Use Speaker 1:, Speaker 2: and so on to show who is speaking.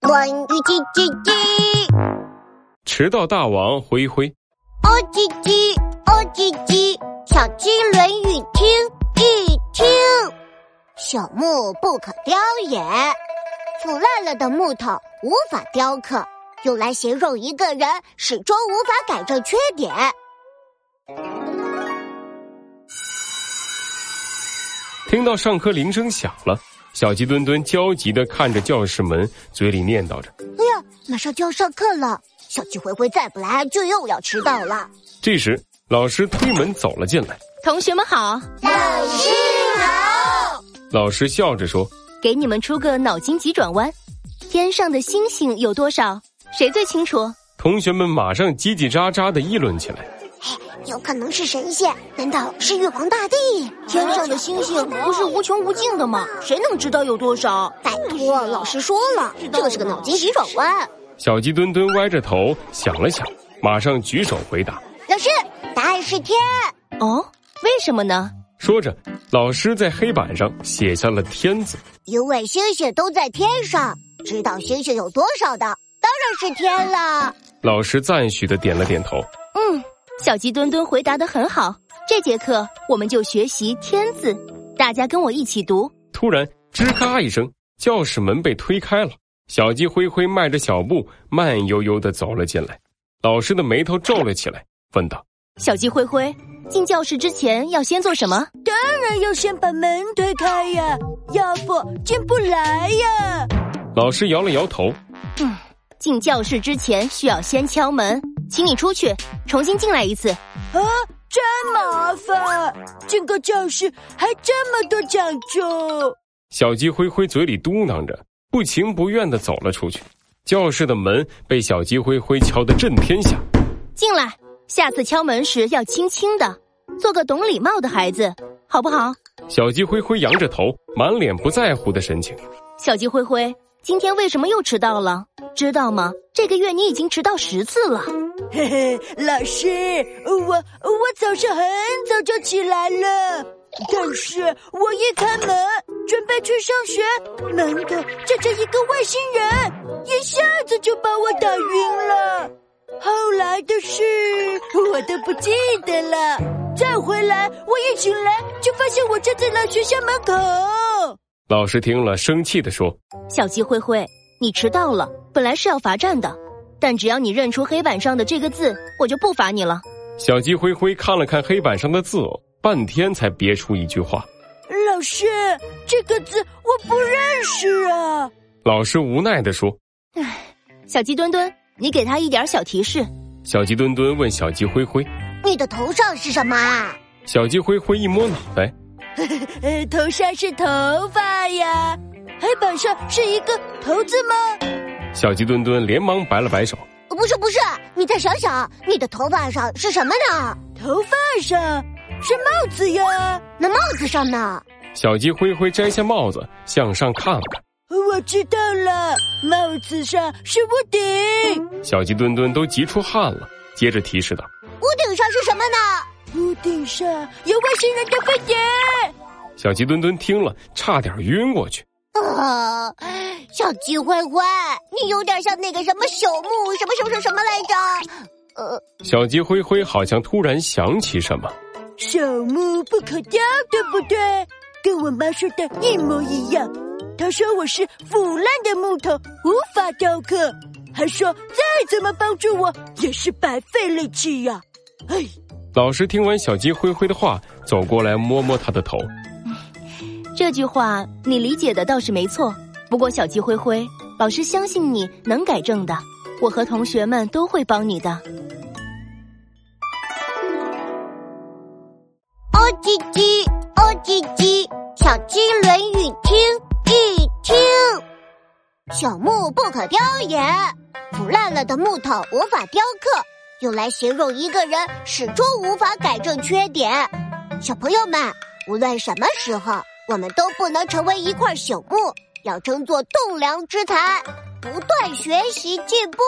Speaker 1: 关于鸡鸡鸡，
Speaker 2: 迟到大王灰灰，
Speaker 1: 哦叽叽，哦叽叽，小鸡论语听一听，小木不可雕也，腐烂了的木头无法雕刻，用来形容一个人始终无法改正缺点。哎
Speaker 2: 听到上课铃声响了，小鸡墩墩焦急地看着教室门，嘴里念叨着。
Speaker 1: 哎呀，马上就要上课了，小鸡灰灰再不来就又要迟到了。
Speaker 2: 这时，老师推门走了进来，
Speaker 3: 同学们好，
Speaker 1: 老师好，
Speaker 2: 老师笑着说
Speaker 3: 给你们出个脑筋急转弯：天上的星星有多少？谁最清楚？：“
Speaker 2: 同学们马上叽叽喳喳地议论起来。
Speaker 1: 哎有可能是神仙，难道是玉皇大帝？
Speaker 4: 天上的星星不是无穷无尽的吗？谁能知道有多少？
Speaker 1: 拜托，老师说了，这是个脑筋急转弯。”
Speaker 2: 小鸡墩墩歪着头想了想，马上举手回答。
Speaker 1: 老师，答案是天。
Speaker 3: 哦，为什么呢？
Speaker 2: 说着，老师在黑板上写下了“天”字。
Speaker 1: 因为星星都在天上，知道星星有多少的，当然是天了。
Speaker 2: 老师赞许地点了点头。
Speaker 3: 嗯，小鸡墩墩回答的很好。这节课我们就学习“天”字，大家跟我一起读。
Speaker 2: 突然，吱嘎一声，教室门被推开了。小鸡灰灰迈着小步，慢悠悠地走了进来。老师的眉头皱了起来，问道
Speaker 3: 小鸡灰灰，进教室之前要先做什么？
Speaker 4: 当然要先把门推开呀，要不进不来呀。：“
Speaker 2: 老师摇了摇头。
Speaker 3: 进教室之前需要先敲门，请你出去，重新进来一次。
Speaker 4: 啊，真麻烦！进个教室还这么多讲究。”
Speaker 2: 小鸡灰灰嘴里嘟囔着，不情不愿地走了出去。教室的门被小鸡灰灰敲得震天响。
Speaker 3: 进来，下次敲门时要轻轻的，做个懂礼貌的孩子，好不好？
Speaker 2: 小鸡灰灰扬着头，满脸不在乎的神情。
Speaker 3: 小鸡灰灰，今天为什么又迟到了？知道吗？这个月你已经迟到十次了。
Speaker 4: 嘿嘿，老师，我我早上很早就起来了，但是我一开门准备去上学，门口站着一个外星人，一下子就把我打晕了。后来的事我都不记得了。再回来，我一醒来就发现我站在了学校门口。
Speaker 2: 老师听了，生气地说：“
Speaker 3: 小鸡灰灰，你迟到了，本来是要罚站的，但只要你认出黑板上的这个字，我就不罚你了。
Speaker 2: 小鸡灰灰看了看黑板上的字，哦半天才憋出一句话。
Speaker 4: 老师，这个字我不认识啊。
Speaker 2: 老师无奈地说
Speaker 3: 小鸡墩墩，你给他一点小提示。：“
Speaker 2: 小鸡墩墩问小鸡灰灰。
Speaker 1: 你的头上是什么啊？”
Speaker 2: 小鸡灰灰一摸脑袋，
Speaker 4: 呃，头上是头发呀，黑板上是一个头字吗？
Speaker 2: 小鸡墩墩连忙摆了摆手。
Speaker 1: 哦不是不是，你再想想，你的头发上是什么呢？
Speaker 4: 头发上是帽子呀。
Speaker 1: 那帽子上呢？
Speaker 2: 小鸡灰灰摘下帽子，向上看了看。
Speaker 4: 我知道了，帽子上是屋顶。
Speaker 2: 小鸡墩墩都急出汗了，接着提示道
Speaker 1: 屋顶上是什么呢？
Speaker 4: 屋顶上有外星人的飞碟。：“
Speaker 2: 小鸡墩墩听了，差点晕过去。
Speaker 1: 呃，小鸡灰灰，你有点像那个什么朽木什么什么什么来着？呃，”
Speaker 2: 小鸡灰灰好像突然想起什么。
Speaker 4: 朽木不可雕，对不对？跟我妈说的一模一样。她说我是腐烂的木头，无法雕刻，还说再怎么帮助我也是白费力气呀、哎，
Speaker 2: 老师听完小鸡灰灰的话，走过来摸摸他的头。
Speaker 3: 这句话你理解的倒是没错，不过小鸡灰灰，老师相信你能改正的，我和同学们都会帮你的。
Speaker 1: 哦叽叽，哦叽叽，小鸡论语听一听。小木不可雕也，腐烂了的木头无法雕刻，用来形容一个人始终无法改正缺点。小朋友们，无论什么时候，我们都不能成为一块朽木，要争做栋梁之才，不断学习进步。